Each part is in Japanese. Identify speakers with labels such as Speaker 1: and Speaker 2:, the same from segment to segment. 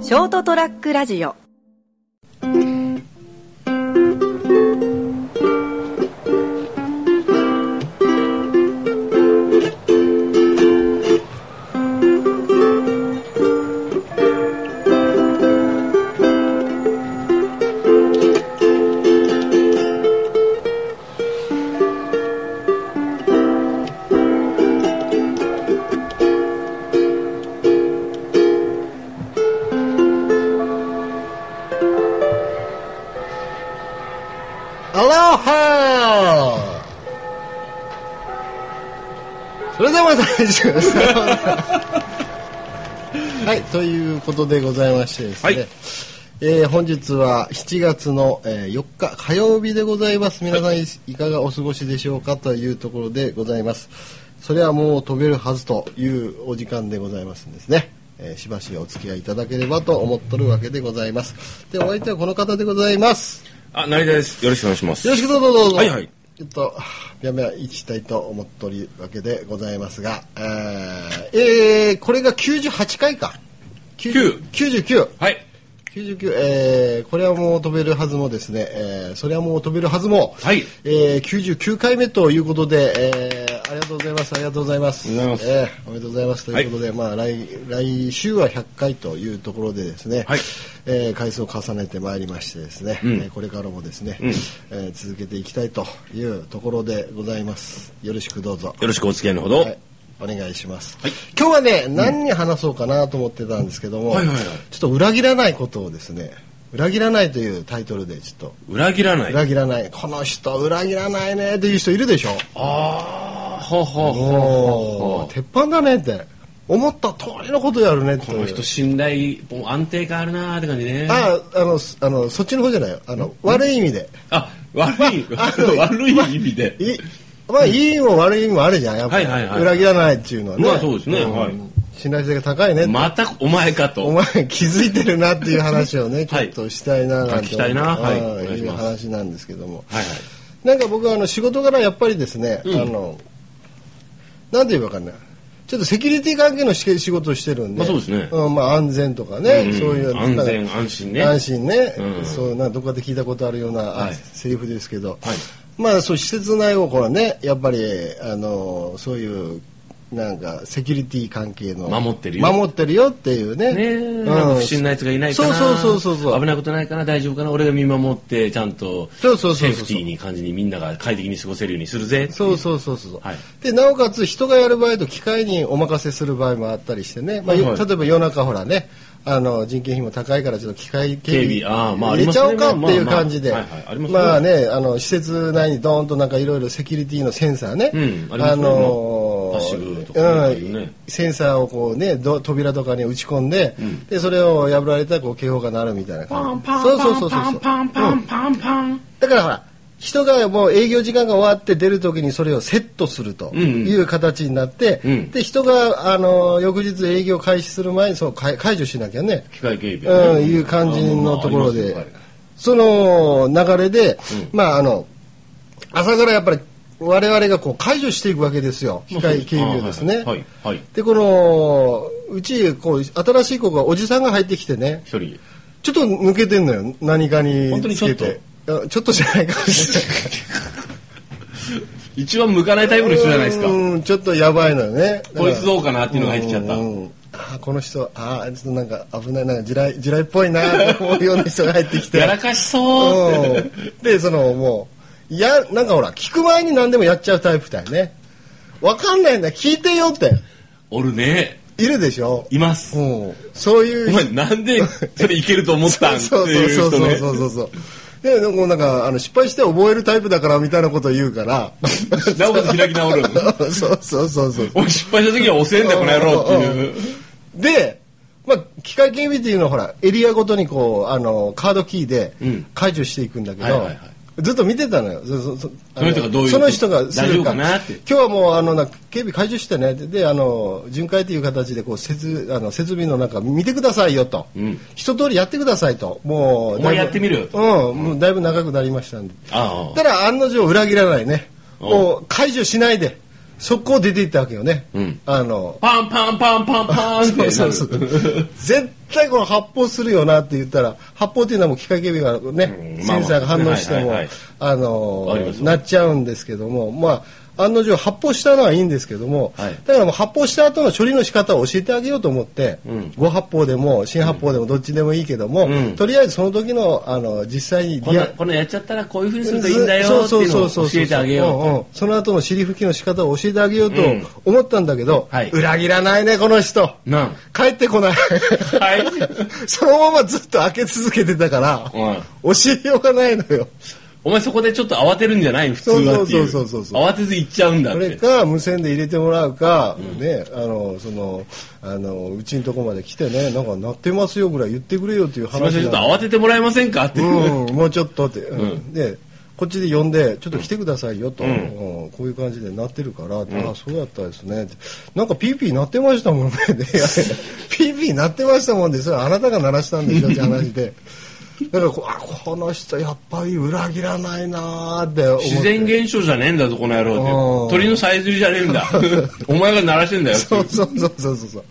Speaker 1: ショートトラックラジオ
Speaker 2: アロハそれではまた来週ですはいということでございましてですね、
Speaker 3: はい
Speaker 2: えー本日は7月の、えー4日火曜日でございます皆さん、い、かがお過ごしでしょうかというところでございますそれはもう飛べるはずというお時間でございますんですね、えーしばしお付き合いいただければと思っとるわけでございますでお相手はこの方でございます
Speaker 3: あ、成田です。よろしくお願いします。
Speaker 2: よろしくどうぞどうぞ。
Speaker 3: はいはい。
Speaker 2: えっと、やめは一致したいと思っておるわけでございますが、えーえーこれが98回か。90 99。
Speaker 3: はい。
Speaker 2: 99、えーこれはもう飛べるはずもですね、えーそれはもう飛べるはずも、
Speaker 3: はい
Speaker 2: えー99回目ということで、えーありがとうございます、ありがとうございます。
Speaker 3: ありがとうございます
Speaker 2: えーおめでとうございますということで、まあ来、来週は100回というところでですね、
Speaker 3: はい
Speaker 2: えー回数を重ねてまいりましてですね、えーこれからもですね、えー続けていきたいというところでございます。よろしくどうぞ。
Speaker 3: よろしくお付き合いのほど。
Speaker 2: はい、お願いします、
Speaker 3: はい
Speaker 2: 今日はね何に話そうかなと思ってたんですけども、
Speaker 3: はいはいはい
Speaker 2: ちょっと裏切らないことをですね裏切らないというタイトルでちょっ
Speaker 3: 裏切らな
Speaker 2: と
Speaker 3: い。
Speaker 2: 裏切らない、この人裏切らないねっていう人いるでしょ
Speaker 3: あー、ほうほうほう
Speaker 2: おー鉄板だねって思った通りのことやるねって
Speaker 3: この人信頼、もう安定感あるなーって感じね。
Speaker 2: ああのすあのそっちの方じゃないよあの悪い意味で
Speaker 3: あ、悪い、
Speaker 2: まああの
Speaker 3: 悪い意味で。
Speaker 2: いまあいい意味も悪い意味もあるじゃんやっぱ、
Speaker 3: はいはいはい
Speaker 2: 裏切らないっていうのはね、
Speaker 3: まあそうですねはい
Speaker 2: 信頼性が高いねって
Speaker 3: またお前か
Speaker 2: お
Speaker 3: と。
Speaker 2: 前気づいてるなっていう話をね、ちょ
Speaker 3: は
Speaker 2: っ
Speaker 3: い
Speaker 2: としたいななん
Speaker 3: 聞
Speaker 2: て
Speaker 3: きたいなはい
Speaker 2: うん
Speaker 3: お願いし
Speaker 2: いう
Speaker 3: ます
Speaker 2: 話なんですけども、
Speaker 3: はいはい。
Speaker 2: なんか僕はあの仕事からやっぱりですね、
Speaker 3: うん
Speaker 2: あのなんて言えばいいかなちょっとセキュリティ関係のし仕事をしてるんで、
Speaker 3: まあそうですね
Speaker 2: んまあ、安全とかね、
Speaker 3: うん
Speaker 2: そういうな
Speaker 3: 安
Speaker 2: んか
Speaker 3: 全安心ね
Speaker 2: 安心ね、
Speaker 3: うん
Speaker 2: そうなどっかで聞いたことあるような、あ
Speaker 3: はい
Speaker 2: セリフですけど、
Speaker 3: はい
Speaker 2: まあそう施設内をこれねやっぱりあのそういうなんかセキュリティ関係の
Speaker 3: 守ってるよ
Speaker 2: 守ってるよっていうね
Speaker 3: ね
Speaker 2: う
Speaker 3: え、
Speaker 2: ん
Speaker 3: なんか不審なやつがいないかな。
Speaker 2: そうそうそうそうそう
Speaker 3: 危ないことないかな、大丈夫かな、俺が見守って、ちゃんと、
Speaker 2: そうそうそうそう
Speaker 3: セーフティーに感じにみんなが快適に過ごせるようにするぜ。
Speaker 2: そうそうそうそう、
Speaker 3: はい
Speaker 2: でなおかつ人がやる場合と機械にお任せする場合もあったりしてね、まあ
Speaker 3: はいはい
Speaker 2: 例えば夜中ほらねあの人件費も高いからちょっと機械警備
Speaker 3: 警備あーまああ
Speaker 2: 入
Speaker 3: り
Speaker 2: れ
Speaker 3: ます
Speaker 2: ち
Speaker 3: ね
Speaker 2: ゃおうかっていう感じで
Speaker 3: まあまあはいはいありますね
Speaker 2: まあねあの施設内にドーンとなんかいろいろセキュリティのセンサーね、
Speaker 3: うんありますね
Speaker 2: あのー
Speaker 3: パッシブとかね
Speaker 2: うん
Speaker 3: ああいうね
Speaker 2: センサーをこうねど扉とかに打ち込んで、でそれを破られたらこう警報が鳴るみたいな
Speaker 3: パ
Speaker 2: 感
Speaker 3: ン
Speaker 2: じ
Speaker 3: パン
Speaker 2: そう
Speaker 3: パ
Speaker 2: そうそ
Speaker 3: ン
Speaker 2: うそう
Speaker 3: パ
Speaker 2: そ
Speaker 3: ン
Speaker 2: う
Speaker 3: パンパンパンパン。
Speaker 2: だからほら人がもう営業時間が終わって出る時にそれをセットすると
Speaker 3: うんうん
Speaker 2: いう形になって、
Speaker 3: うん
Speaker 2: で人があの翌日営業開始する前にその解解除しなきゃね、
Speaker 3: 機械警備
Speaker 2: う
Speaker 3: は
Speaker 2: ん、
Speaker 3: ね、
Speaker 2: いう感じのところで、
Speaker 3: あ
Speaker 2: その流れで、まああの朝からやっぱり我々がこう解除していくわけですよ機械警備をですね。
Speaker 3: はいはい
Speaker 2: でこのうちこう新しい子がおじさんが入ってきてね
Speaker 3: 一人
Speaker 2: ちょっと抜けてんのよ何かに
Speaker 3: 本当に
Speaker 2: つ
Speaker 3: ちょ
Speaker 2: け
Speaker 3: っと
Speaker 2: ていやちょっとじゃないかもしれない
Speaker 3: 一番向かないタイプの人じゃないですか
Speaker 2: うんちょっとやばいのよね
Speaker 3: こいつどうかなっていうのが入ってきちゃった
Speaker 2: うんうんあーこの人あーちょっとなんか危ないなんか地雷地雷っぽいなと思うような人が入ってきて
Speaker 3: やらかしそう
Speaker 2: うんでそのもういやなんかほら聞く前に何でもやっちゃうタイプだよねわかんないんだ聞いてよって
Speaker 3: おるね
Speaker 2: いるでしょ
Speaker 3: います
Speaker 2: うんそういう
Speaker 3: お前なんでそれいけると思ったんって
Speaker 2: そう
Speaker 3: い
Speaker 2: そうう
Speaker 3: 人
Speaker 2: そう
Speaker 3: ね
Speaker 2: そうそうそうでもなんかあの失敗して覚えるタイプだからみたいなこと言うから
Speaker 3: なおかつ開き直る
Speaker 2: そうそうそうそう
Speaker 3: お前失敗した時は遅えんだこの野郎っていう
Speaker 2: で、まあ、機械警備っていうのはほらエリアごとにこうあのカードキーで
Speaker 3: うん
Speaker 2: 解除していくんだけど、
Speaker 3: はいはいはい
Speaker 2: ずっと見てたのよそそそあ
Speaker 3: その人がどういう
Speaker 2: その人がす
Speaker 3: 大丈
Speaker 2: る
Speaker 3: 夫
Speaker 2: か
Speaker 3: かなって
Speaker 2: 今日はもうあのな警備解除してねであの巡回という形でこうせつあの設備の中見てくださいよと、
Speaker 3: うん
Speaker 2: 一通りやってくださいともうだ
Speaker 3: お
Speaker 2: い
Speaker 3: 前
Speaker 2: ぶ
Speaker 3: やってみるよ
Speaker 2: うん、もうだいぶ長くなりましたんで
Speaker 3: ああ
Speaker 2: ただ案の定裏切らないね
Speaker 3: お
Speaker 2: もう解除しないでそこを出ていったわけよね、
Speaker 3: ん
Speaker 2: あの
Speaker 3: パンパンパンパンパンってなる。
Speaker 2: そうそうそう絶対この発泡するよなって言ったら発泡っていうのはもう機械警備がね、
Speaker 3: うんま
Speaker 2: セ
Speaker 3: あ
Speaker 2: ンサーが反応しても、
Speaker 3: はいはいはい
Speaker 2: あの
Speaker 3: わかります
Speaker 2: なっちゃうんですけどもまあ案の定発泡したのはいいんですけども、
Speaker 3: はい
Speaker 2: だからもう発泡した後の処理の仕方を教えてあげようと思って、誤発泡でも新発泡でもどっちでもいいけども、
Speaker 3: うん
Speaker 2: とりあえずその時のあの実際に
Speaker 3: こん
Speaker 2: リ
Speaker 3: な
Speaker 2: ア
Speaker 3: こんなやっちゃったらこういうふうにするといいんだよって
Speaker 2: そう
Speaker 3: いうの
Speaker 2: そ
Speaker 3: を
Speaker 2: うそ
Speaker 3: 教
Speaker 2: うそう
Speaker 3: えてあげよう
Speaker 2: うんうんその後の尻拭きの仕方を教えてあげようと思ったんだけど、
Speaker 3: はい
Speaker 2: 裏切らないねこの人
Speaker 3: なん
Speaker 2: 帰ってこない
Speaker 3: はい。
Speaker 2: そのままずっと開け続けてたから、教えようがないのよ
Speaker 3: お前そこでちょっと慌てるんじゃない普通はっていう。
Speaker 2: そうそうそうそうそう
Speaker 3: 慌てず行っちゃうんだっ
Speaker 2: これ
Speaker 3: て。
Speaker 2: か無線で入れてもらうか、ねあのそのあのうちのとこまで来てねなんか鳴ってますよぐらい言ってくれよっていう
Speaker 3: すみませ
Speaker 2: 話
Speaker 3: ん、ちょっと
Speaker 2: なの
Speaker 3: 慌ててもらえませんかっていう。
Speaker 2: うん、もうちょっとって、うんでこっちで呼んで「ちょっと来てくださいよと」
Speaker 3: ん
Speaker 2: うんこういう感じでなってるからって」ああそうやったですね」ってなんかピーピー鳴ってましたもん ね」でいやピーピー鳴ってましたもんでそれあなたが鳴らしたんでしょ」って話で。だからこあこの人やっぱり裏切らないなーって思って
Speaker 3: 自然現象じゃねえんだぞ、この野郎
Speaker 2: う
Speaker 3: っ
Speaker 2: ん
Speaker 3: て。鳥のさえずりじゃねえ んだ。お前が鳴らしてんだよってい
Speaker 2: そうう。そうそうそうそうそう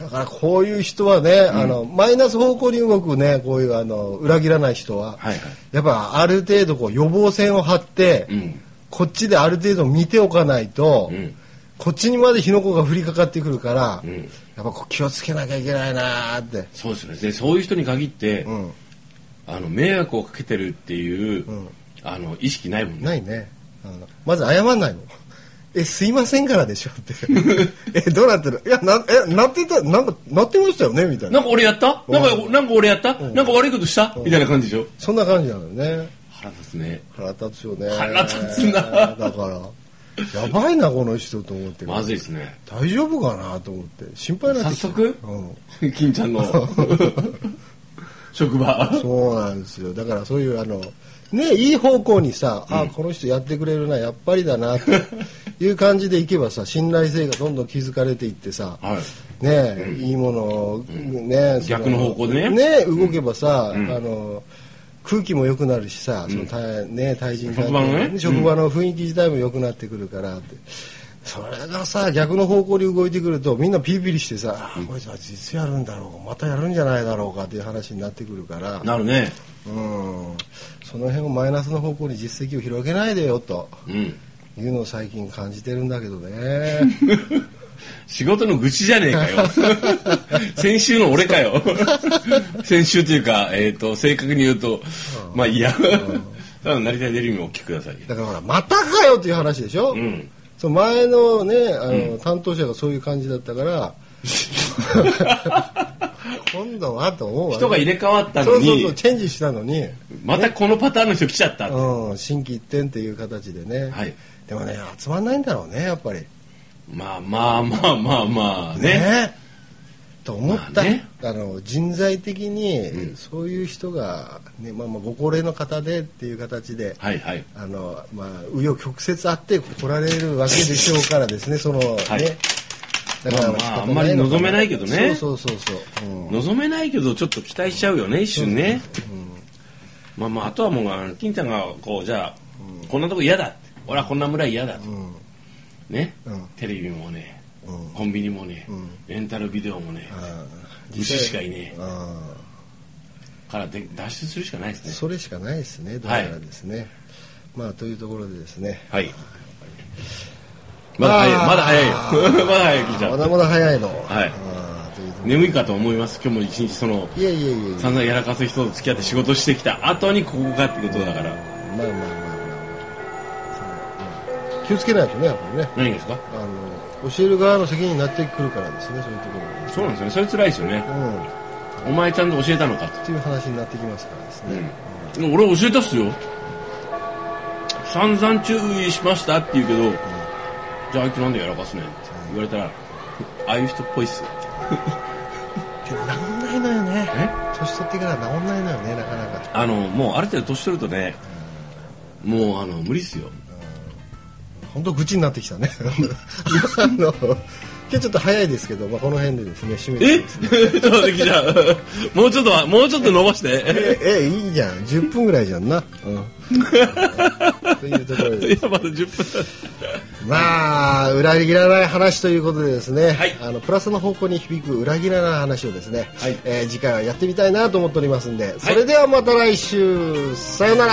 Speaker 2: だからこういう人はね、あのマイナス方向に動くねこういうあの裏切らない人は、
Speaker 3: はいはい
Speaker 2: やっぱある程度こう予防線を張って、
Speaker 3: ん
Speaker 2: こっちである程度見ておかないと、
Speaker 3: ん
Speaker 2: こっちにまで火の粉が降りかかってくるから、
Speaker 3: ん
Speaker 2: やっぱこう気をつけなきゃいけないなーって、
Speaker 3: そうですね。で、そういう人に限って
Speaker 2: う、ん、
Speaker 3: あの、迷惑をかけてるっていう
Speaker 2: うん、
Speaker 3: あの、意識ないもんね。
Speaker 2: ないねあのまず謝んないのえすいませんからでしょって えどうなってるいやなえなってたなんかなってましたよねみたいな
Speaker 3: なんか俺やったなんか、なんか俺やったなんか悪いことしたみたいな感じでしょ
Speaker 2: そんな感じなのよね
Speaker 3: 腹立つね。
Speaker 2: 腹立つよね
Speaker 3: 腹立つな
Speaker 2: だからやばいなこの人と思って
Speaker 3: まずいですね。
Speaker 2: 大丈夫かなと思って心配になってきた
Speaker 3: 早速
Speaker 2: うん、
Speaker 3: 金ちゃんの 職場。
Speaker 2: そうなんですよだからそういうあのねいい方向にさ、あこの人やってくれるなやっぱりだなっていう感じでいけ ばさ信頼性がどんどん築かれていってさ、
Speaker 3: はい。
Speaker 2: ねえ、いいものを、ねえそ
Speaker 3: 逆の方向でね
Speaker 2: え動けばさ、あの空気も良くなるしさ、そのたねえ対人関係
Speaker 3: 職場のねうん
Speaker 2: 職場の雰囲気自体も良くなってくるからって。それがさ逆の方向に動いてくるとみんなピリピリしてさ、あーこいつは実やるんだろうかまたやるんじゃないだろうかっていう話になってくるから
Speaker 3: なるね。
Speaker 2: うんその辺をマイナスの方向に実績を広げないでよと
Speaker 3: うん。
Speaker 2: いうのを最近感じてるんだけど ね
Speaker 3: 仕事の愚痴じゃねえかよ。 先週の俺かよ。 先週というか、えっ、と、正確に言うと、まあいいや。ただ、成田デリにお聞きください。
Speaker 2: だからほらまたかよっていう話でしょ、
Speaker 3: うん。
Speaker 2: その前のねあの、担当者がそういう感じだったから 今度はと思うわね、
Speaker 3: 人が入れ替わった
Speaker 2: そ
Speaker 3: の
Speaker 2: うそうそ
Speaker 3: に
Speaker 2: う、チェンジしたのに、
Speaker 3: またこのパターンの人来ちゃった。
Speaker 2: うん、新規一点っていう形でね、
Speaker 3: はい。
Speaker 2: でもね集まんないんだろうねやっぱりね
Speaker 3: まあまあまあまあまあね。
Speaker 2: と思った、
Speaker 3: まあね
Speaker 2: あの人材的に、
Speaker 3: うん
Speaker 2: そういう人が、ねまあ、まあご高齢の方でっていう形で、
Speaker 3: はいはい。
Speaker 2: あのまあ紆余曲折あって来られるわけでしょうからですねそのね、
Speaker 3: い
Speaker 2: だから
Speaker 3: まあまあ
Speaker 2: 仕方
Speaker 3: あんまり
Speaker 2: ないのかな
Speaker 3: 望めないけどね
Speaker 2: そうそうそうそう、うん
Speaker 3: 望めないけど、ちょっと期待しちゃうよね、一瞬ね。まあまあ、あとはもうあの、金ちゃんが、こう、じゃあ、こんなとこ嫌だって。俺はこんな村嫌だって。
Speaker 2: うん
Speaker 3: ね、
Speaker 2: うん
Speaker 3: テレビもね、
Speaker 2: うん
Speaker 3: コンビニもね、
Speaker 2: ん
Speaker 3: レンタルビデオもね、
Speaker 2: あー
Speaker 3: 牛しかいねえ
Speaker 2: あ
Speaker 3: からで脱出するしかないです
Speaker 2: ー
Speaker 3: ね
Speaker 2: それしかないですねだからですね、まあというところでですね
Speaker 3: はいまだ早いまだ早いよ まだ早いきちゃ
Speaker 2: ま
Speaker 3: ん
Speaker 2: だまだ早いの
Speaker 3: はい
Speaker 2: あーというところ
Speaker 3: 眠いかと思います今日も一日その
Speaker 2: いやいやいやいや
Speaker 3: 散々やらかす人と付き合って仕事してきた後にここかってことだか
Speaker 2: まあ
Speaker 3: ら
Speaker 2: まあまあまあ、そううん気をつけないとねやっぱりね
Speaker 3: 何がですか
Speaker 2: あの教える側の責任になってくるからですねそういうところが
Speaker 3: そうなんですよねそれ辛いですよね
Speaker 2: うん
Speaker 3: お前ちゃんと教えたのか
Speaker 2: っていう話になってきますからですね、
Speaker 3: と俺教えたっすよ散々注意しましたって言うけど、じゃああいつなんでやらかすねんって言われたらああいう人っぽいっすよ
Speaker 2: でも治んないのよね
Speaker 3: え
Speaker 2: 年取ってから治んないのよねなかなか
Speaker 3: あのもうある程度年取るとね、もうあの無理っすよ
Speaker 2: 本当愚痴になってきたね あの今日ちょっと早いですけど、まあ、この辺でですね締め
Speaker 3: え
Speaker 2: て
Speaker 3: ちょっと待って、じゃあ、もうちょっとは、もうちょっと伸ばして。
Speaker 2: ええいいじゃん10分ぐらいじゃん な、うん、というところ
Speaker 3: い
Speaker 2: で
Speaker 3: や、まだ10
Speaker 2: まあ裏切らない話ということでですね、
Speaker 3: はい
Speaker 2: あのプラスの方向に響く裏切らない話をですね、
Speaker 3: はい
Speaker 2: えー次回はやってみたいなと思っておりますんでそれではまた来週、さようなら